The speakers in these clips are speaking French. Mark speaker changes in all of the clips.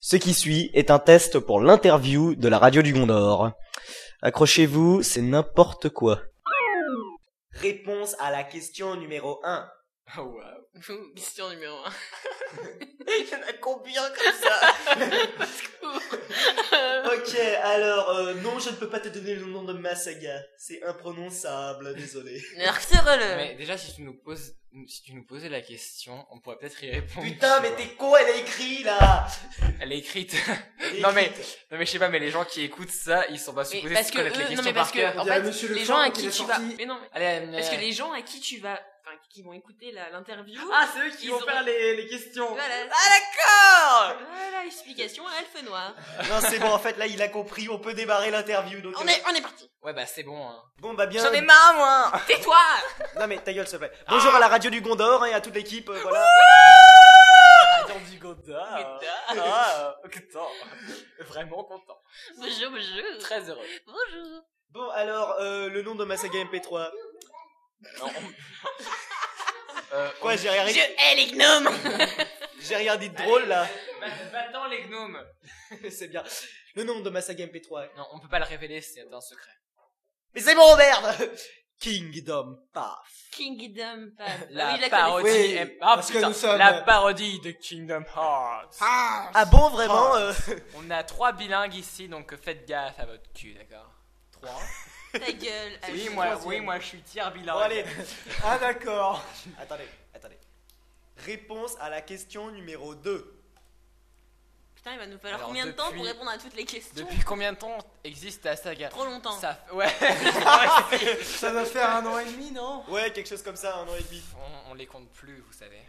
Speaker 1: Ce qui suit est un test pour l'interview de la radio du Gondor. Accrochez-vous, c'est n'importe quoi. Réponse à la question numéro 1.
Speaker 2: Ah waouh.
Speaker 3: Question numéro 1.
Speaker 1: Il y en a combien comme ça Ok, alors, euh, non, je ne peux pas te donner le nom de ma saga. C'est imprononçable, désolé.
Speaker 3: Merci Relais.
Speaker 2: Mais déjà, si tu nous poses, si tu nous posais la question, on pourrait peut-être y répondre.
Speaker 1: Putain,
Speaker 2: tu
Speaker 1: mais
Speaker 2: vois.
Speaker 1: t'es con, elle a écrit là
Speaker 2: Elle est écrite.
Speaker 1: Elle a
Speaker 2: Non, mais-
Speaker 1: écrite.
Speaker 2: non mais je sais pas, mais les gens qui écoutent ça, ils sont pas
Speaker 3: Mais
Speaker 2: supposés
Speaker 3: parce que
Speaker 2: connaître les
Speaker 3: eux, non
Speaker 2: questions
Speaker 3: mais parce
Speaker 2: par cœur.
Speaker 3: que en
Speaker 4: Il y a
Speaker 3: fait
Speaker 4: Monsieur
Speaker 3: les
Speaker 4: Leclerc
Speaker 3: gens à
Speaker 4: qui
Speaker 3: qui
Speaker 4: l'a
Speaker 3: tu vas
Speaker 4: sorti.
Speaker 3: mais non mais-
Speaker 2: Allez, Amine,
Speaker 3: parce que
Speaker 2: euh,
Speaker 3: les gens à qui tu vas enfin qui vont écouter la- l'interview
Speaker 2: Ah, c'est eux qui
Speaker 3: Ils
Speaker 2: vont
Speaker 3: ont-
Speaker 2: faire les, les questions.
Speaker 3: voilà
Speaker 2: Ah, d'accord.
Speaker 3: voilà explication à Elfe Noir
Speaker 1: Non, c'est bon, en fait, là, il a compris, on peut démarrer l'interview. Donc,
Speaker 3: on
Speaker 1: euh,
Speaker 3: est on est parti
Speaker 2: Ouais, bah c'est bon. Hein.
Speaker 1: Bon, bah bien.
Speaker 3: marre moi tais-toi
Speaker 1: Non, mais ta gueule, s'il te plaît. Bonjour à la radio du Gondor et à toute l'équipe, euh, voilà.
Speaker 2: Attends du Godard.
Speaker 4: euh,
Speaker 2: Ah, content. Vraiment content.
Speaker 3: bonjour bonjour
Speaker 2: Très heureux.
Speaker 3: bonjour
Speaker 1: Bon, alors, euh, le nom de ma saga MP3.
Speaker 2: Non. euh,
Speaker 1: Quoi, j'ai rien,
Speaker 3: je hais les gnomes
Speaker 1: j'ai rien dit de drôle là
Speaker 2: Battant les gnomes.
Speaker 1: C'est bien. Le nom de ma saga MP3.
Speaker 2: Non, on peut pas le révéler, c'est un secret.
Speaker 1: Mais c'est bon, merde Kingdom Path.
Speaker 3: Kingdom Path
Speaker 2: La
Speaker 3: oui, je la connais.
Speaker 2: parodie.
Speaker 4: Oui,
Speaker 2: est- ah,
Speaker 4: parce que
Speaker 2: putain,
Speaker 4: nous sommes-
Speaker 2: La parodie de Kingdom Hearts.
Speaker 1: Ah bon, vraiment
Speaker 4: Ah.
Speaker 1: euh,
Speaker 2: On a trois bilingues ici, donc faites gaffe à votre cul, d'accord Trois.
Speaker 3: ta gueule
Speaker 2: Oui,
Speaker 3: Alf.
Speaker 2: moi, oui, moi, je suis tiers bilingue.
Speaker 1: Bon, allez.
Speaker 4: Ah d'accord.
Speaker 1: attendez, attendez. Réponse à la question numéro 2.
Speaker 3: putain il va nous falloir
Speaker 2: Alors,
Speaker 3: combien de temps pour
Speaker 2: depuis-
Speaker 3: répondre à toutes les questions
Speaker 2: Depuis combien de temps existe la saga
Speaker 3: trop longtemps
Speaker 2: Ça, f- ouais.
Speaker 4: Ça doit faire un an et demi, non
Speaker 1: Ouais, quelque chose comme ça, un an et demi.
Speaker 2: on, on les compte plus, vous savez.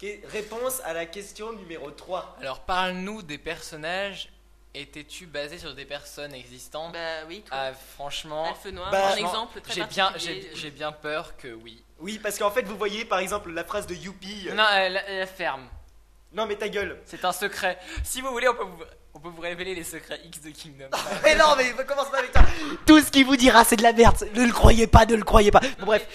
Speaker 1: Que- réponse à la question numéro 3.
Speaker 2: Alors, parle-nous des personnages. Étais-tu basé sur des personnes existantes
Speaker 3: bah oui toi
Speaker 2: Ah, franchement,
Speaker 3: Elfe Noir
Speaker 1: Bah,
Speaker 3: un
Speaker 2: franchement,
Speaker 3: exemple très
Speaker 2: j'ai bien,
Speaker 3: particulier
Speaker 2: j'ai, j'ai bien peur que oui.
Speaker 1: Oui, parce qu'en fait, vous voyez par exemple la phrase de Youpi. euh,
Speaker 2: Non, elle, elle ferme.
Speaker 1: Non, mais ta gueule.
Speaker 2: C'est un secret. Si vous voulez, on peut vous, on peut vous révéler les secrets X de Kingdom.
Speaker 1: Mais non, mais commence pas avec ça. Tout ce qu'il vous dira, c'est de la merde. Ne le croyez pas, ne le croyez pas. Bon, bref.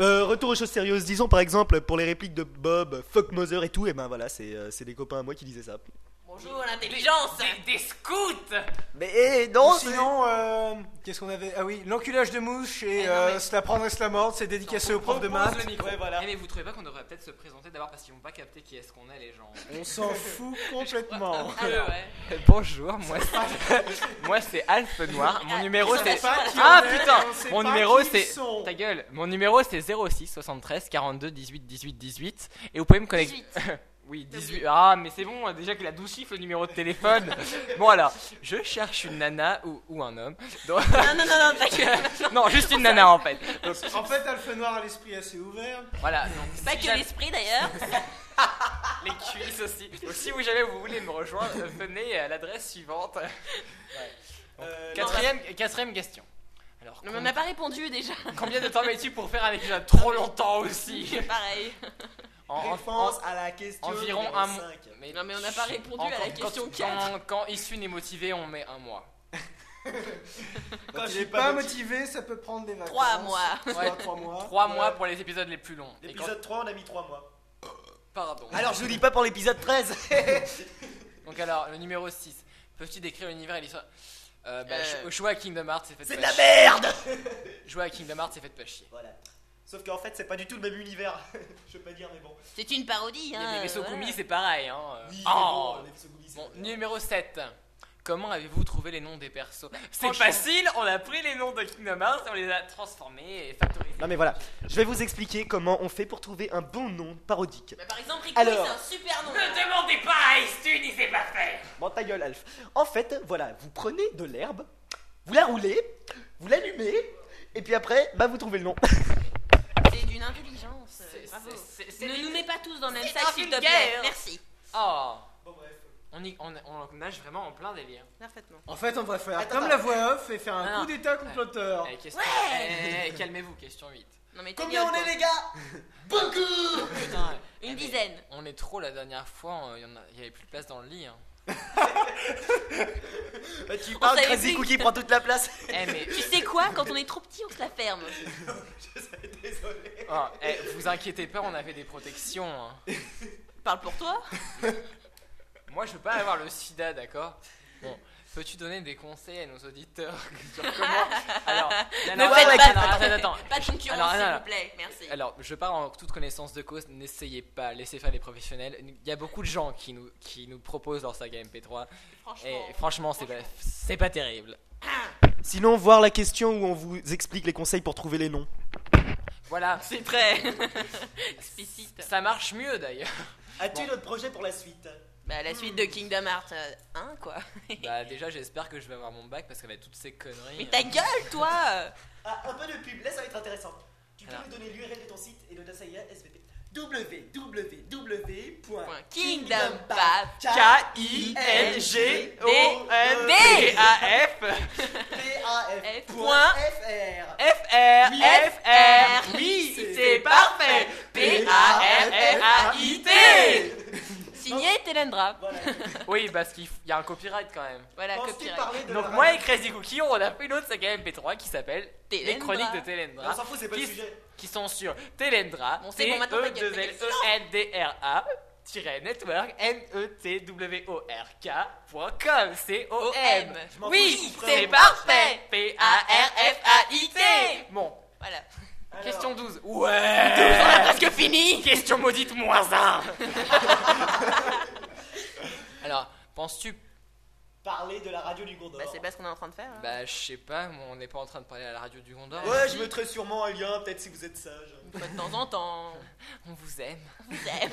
Speaker 1: Euh, retour aux choses sérieuses, disons par exemple pour les répliques de Bob, fuck Mother et tout, et ben voilà, c'est euh, c'est des copains à moi qui disaient ça.
Speaker 3: bonjour l'intelligence
Speaker 2: des, des scouts
Speaker 1: Mais eh, non,
Speaker 4: Ou Sinon, euh, qu'est-ce qu'on avait Ah oui, l'enculage de mouche et
Speaker 3: Mais non,
Speaker 4: euh,
Speaker 3: mais-
Speaker 4: se la prendre et se la mordre, c'est dédicacé au prof de maths.
Speaker 2: Pose le micro.
Speaker 1: Ouais, voilà.
Speaker 2: Eh, mais vous trouvez pas qu'on devrait peut-être se présenter d'abord parce qu'ils vont pas capter qui est-ce qu'on est les gens
Speaker 4: On s'en fout
Speaker 3: ah
Speaker 2: Oh,
Speaker 4: complètement.
Speaker 3: ouais, ouais
Speaker 2: Bonjour, moi c'est, moi c'est Alphe Noir.
Speaker 3: Ah,
Speaker 2: Mon numéro
Speaker 3: ils sont
Speaker 2: c'est.
Speaker 3: pas-
Speaker 2: Ah,
Speaker 4: on est,
Speaker 2: putain,
Speaker 4: on sait
Speaker 2: mon
Speaker 4: pas
Speaker 2: numéro,
Speaker 4: qui ils
Speaker 2: c'est-
Speaker 4: sont.
Speaker 2: Ta gueule. Mon numéro c'est 06 73 42 18 18 18 et vous pouvez me connecter.
Speaker 3: 18.
Speaker 2: Oui,
Speaker 3: Oui.
Speaker 2: 18. Ah, mais c'est bon, déjà qu'il a 12 chiffres le numéro de téléphone. bon, alors, je cherche une nana ou, ou un homme. Donc-
Speaker 3: Non, non, non, non, ta gueule.
Speaker 2: non, juste une nana en fait.
Speaker 4: En fait, Alpha Noir a l'esprit assez ouvert.
Speaker 2: Voilà, donc.
Speaker 3: Pas
Speaker 2: si
Speaker 3: que
Speaker 2: jamais-
Speaker 3: l'esprit d'ailleurs.
Speaker 2: les cuisses aussi. Donc, si vous jamais vous voulez me rejoindre, euh, venez à l'adresse suivante.
Speaker 1: Euh,
Speaker 2: Quatrième, quatrième question. Alors,
Speaker 3: Non, mais
Speaker 2: com-
Speaker 3: on n'a pas répondu déjà.
Speaker 2: combien de temps mets-tu pour faire un épisode trop longtemps aussi
Speaker 3: Pareil.
Speaker 2: En- en-
Speaker 1: Réponse à la question
Speaker 2: environ
Speaker 1: numéro
Speaker 2: un mois.
Speaker 1: 5.
Speaker 2: Mais
Speaker 3: Non, mais on n'a pas répondu à la
Speaker 2: quand-
Speaker 3: question
Speaker 2: quand,
Speaker 3: quatre.
Speaker 2: Quand, quand Issun est motivé, on met un mois.
Speaker 1: Quand
Speaker 4: il
Speaker 1: il est
Speaker 4: est
Speaker 1: pas
Speaker 4: pas motivé, ça peut prendre des vacances.
Speaker 3: Trois mois.
Speaker 4: Soit trois mois.
Speaker 2: Trois
Speaker 1: Ouais.
Speaker 2: mois pour les épisodes les plus longs. Et quand-
Speaker 1: L'épisode 3, on a mis 3 mois.
Speaker 2: Pardon.
Speaker 1: Alors je vous dis pas pour l'épisode 13.
Speaker 2: Donc alors, le numéro 6. Peux-tu décrire l'univers et l'histoire euh, bah,
Speaker 3: Euh.
Speaker 2: jo- Jouer à Kingdom Hearts, c'est fait
Speaker 1: c'est de
Speaker 2: pas
Speaker 1: la
Speaker 2: chier.
Speaker 1: merde.
Speaker 2: Jouer à Kingdom Hearts, c'est fait pas chier.
Speaker 1: Voilà. Sauf qu'en fait, c'est pas du tout le même univers. je peux pas dire, mais bon.
Speaker 3: C'est une parodie.
Speaker 2: Il y
Speaker 3: Hein,
Speaker 2: a des vaisseaux
Speaker 3: voilà.
Speaker 2: Gumi, c'est pareil. Hein. euh.
Speaker 1: Oui,
Speaker 2: Oh.
Speaker 1: mais bon, on est sous Goonies,
Speaker 2: Bon,
Speaker 1: c'est-
Speaker 2: numéro 7. Comment avez-vous trouvé les noms des persos C'est
Speaker 3: franchement-
Speaker 2: facile, on a pris les noms de Kingdom Hearts et on les a transformés et factorisés.
Speaker 1: Non mais voilà, je vais vous expliquer comment on fait pour trouver un bon nom parodique.
Speaker 3: Bah, par exemple, Rico,
Speaker 1: Alors.
Speaker 3: c'est un super nom.
Speaker 2: Ne demandez pas à Istune, il sait pas faire
Speaker 1: Bon ta gueule Alf. En fait, voilà, vous prenez de l'herbe, vous la roulez, vous l'allumez, et puis après, bah vous trouvez le nom.
Speaker 3: C'est d'une intelligence. euh,
Speaker 2: C'est-
Speaker 3: Bravo.
Speaker 2: c'est- c'est- c'est-
Speaker 3: Ne nous mets pas tous dans le même
Speaker 2: C'est
Speaker 3: sac,
Speaker 2: un
Speaker 3: s'il te plaît.
Speaker 2: vulgaire.
Speaker 3: Merci.
Speaker 2: Oh,
Speaker 1: Bon bref.
Speaker 2: on, y, on, on nage vraiment en plein délire.
Speaker 3: Parfaitement.
Speaker 4: En fait, on va faire
Speaker 1: Attends,
Speaker 4: comme
Speaker 1: attends.
Speaker 4: la voix off et faire un
Speaker 2: Non, non.
Speaker 4: coup d'état contre
Speaker 2: Ouais.
Speaker 4: l'auteur.
Speaker 2: Eh, question- eh, eh, calmez-vous, question 8.
Speaker 3: Non, mais ta
Speaker 1: Combien
Speaker 3: gueule,
Speaker 1: on est
Speaker 3: toi.
Speaker 1: les gars Beaucoup
Speaker 2: Putain, eh,
Speaker 3: Une
Speaker 2: mais
Speaker 3: dizaine.
Speaker 2: On est trop la dernière fois, il y avait plus de place dans le lit. Hein.
Speaker 1: Tu
Speaker 3: parles,
Speaker 1: parles, Crazy
Speaker 3: savait Crazy plus.
Speaker 1: Cookie
Speaker 3: Cookie
Speaker 1: prend toute la place.
Speaker 2: Eh, mais
Speaker 3: Tu sais quoi Quand on est trop petit, on se la ferme.
Speaker 1: Désolé.
Speaker 2: oh, eh, vous inquiétez pas, on avait des protections. hein.
Speaker 3: Parle pour toi.
Speaker 2: Moi, je veux pas avoir le sida, d'accord Bon, peux-tu donner des conseils à nos auditeurs sur comment Alors, non,
Speaker 3: Ne
Speaker 2: non,
Speaker 3: faites pas
Speaker 2: attends, attends,
Speaker 3: de-
Speaker 2: attends, attends.
Speaker 3: Pas de concurrence,
Speaker 2: Alors,
Speaker 3: s'il
Speaker 2: alors,
Speaker 3: vous plaît. Merci.
Speaker 2: Alors, je pars en toute connaissance de cause, n'essayez pas, laissez faire les professionnels. Il y a beaucoup de gens qui nous, qui nous proposent leur saga MP3,
Speaker 3: Franchement.
Speaker 2: et franchement, c'est pas, c'est pas terrible.
Speaker 1: Sinon, voir la question où on vous explique les conseils pour trouver les noms.
Speaker 2: Voilà,
Speaker 3: C'est très explicite.
Speaker 2: ça marche mieux d'ailleurs.
Speaker 1: As-tu notre projet pour la suite
Speaker 3: Bah, la suite de Kingdom Hearts euh, 1, quoi.
Speaker 2: Bah, déjà, j'espère que je vais avoir mon bac parce qu'avec toutes ces conneries.
Speaker 3: Mais ta gueule, toi euh,
Speaker 1: Ah, un peu de pub, là ça va être intéressant. Tu
Speaker 2: Alors.
Speaker 1: nous donner l'URL de ton site et le dossier SVP.
Speaker 3: Point. Oh, E
Speaker 1: K-I-N-G-O-M-P-A-F.
Speaker 3: D
Speaker 2: AF
Speaker 3: Point.
Speaker 1: F-R.
Speaker 2: FR
Speaker 1: Oui.
Speaker 2: FR
Speaker 1: Oui,
Speaker 2: c'est parfait P-A-R-R-A-I-T
Speaker 3: Signé Telendra.
Speaker 1: Voilà.
Speaker 2: Oui parce qu'il f- y a un copyright quand même
Speaker 3: Voilà,
Speaker 1: Penses-tu
Speaker 3: copyright.
Speaker 1: parler de
Speaker 2: Donc
Speaker 1: leur-
Speaker 2: moi et Crazy Cookie on a fait une autre saga MP3 qui s'appelle
Speaker 3: Telendra.
Speaker 2: Les Chroniques de
Speaker 1: On
Speaker 2: Telendra
Speaker 1: s'en fout, c'est pas le
Speaker 2: Qui-
Speaker 1: sujet.
Speaker 2: Qui sont sur Telendra E
Speaker 3: Bon, c'est bon, maintenant, ta gueule, ta gueule.
Speaker 2: T-E-2-L-E-N-D-R-A network n e t w o r k.com c o m
Speaker 1: Je m'en
Speaker 2: oui
Speaker 1: fous, je
Speaker 2: c'est
Speaker 1: comprends.
Speaker 2: parfait P A R F A I T bon
Speaker 3: Voilà.
Speaker 1: Alors,
Speaker 2: Question 12. Ouais
Speaker 3: Presque fini
Speaker 2: Question maudite moins 1 Alors, penses-tu.
Speaker 1: Parler de la radio du Gondor.
Speaker 3: Bah, c'est pas ce qu'on est en train de faire. hein.
Speaker 2: Bah, je sais pas, moi, on n'est pas en train de parler à la radio du Gondor.
Speaker 1: Ouais, je mettrai sûrement un lien, peut-être si vous êtes sage.
Speaker 3: Une fois de temps en temps.
Speaker 2: On vous aime.
Speaker 3: Vous aime.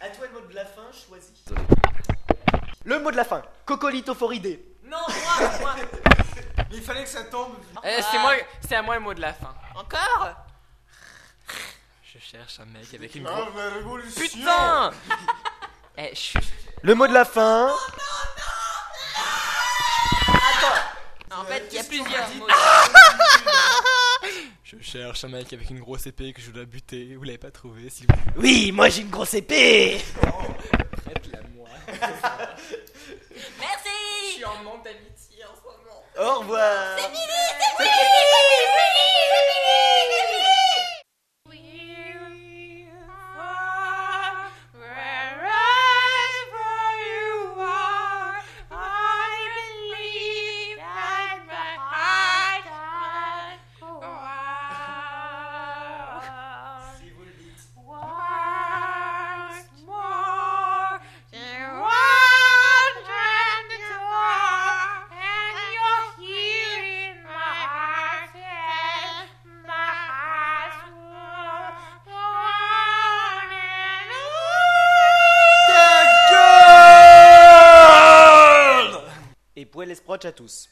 Speaker 1: À toi le mot de la fin, choisis. Le mot de la fin, cocolithophoridé.
Speaker 3: Non, moi, moi.
Speaker 4: Il fallait que ça tombe.
Speaker 2: Eh, c'est moi, c'est à moi le mot de la fin.
Speaker 3: Encore
Speaker 2: Je cherche un mec avec une grosse.
Speaker 4: La révolution.
Speaker 2: Putain Eh, je suis.
Speaker 1: Le mot de la fin.
Speaker 3: En fait, il y a
Speaker 4: Qu'est-ce qu'on
Speaker 3: plusieurs
Speaker 4: dit
Speaker 3: mots.
Speaker 2: Je cherche un mec avec une grosse épée que je dois buter. Vous l'avez pas trouvé, s'il vous plaît.
Speaker 1: Oui, moi j'ai une grosse épée.
Speaker 2: Prête-la moi. Je
Speaker 3: Merci
Speaker 2: suis en manque d'amitié en ce moment.
Speaker 1: Au revoir. Si vous le dites. Et poil esproche à tous.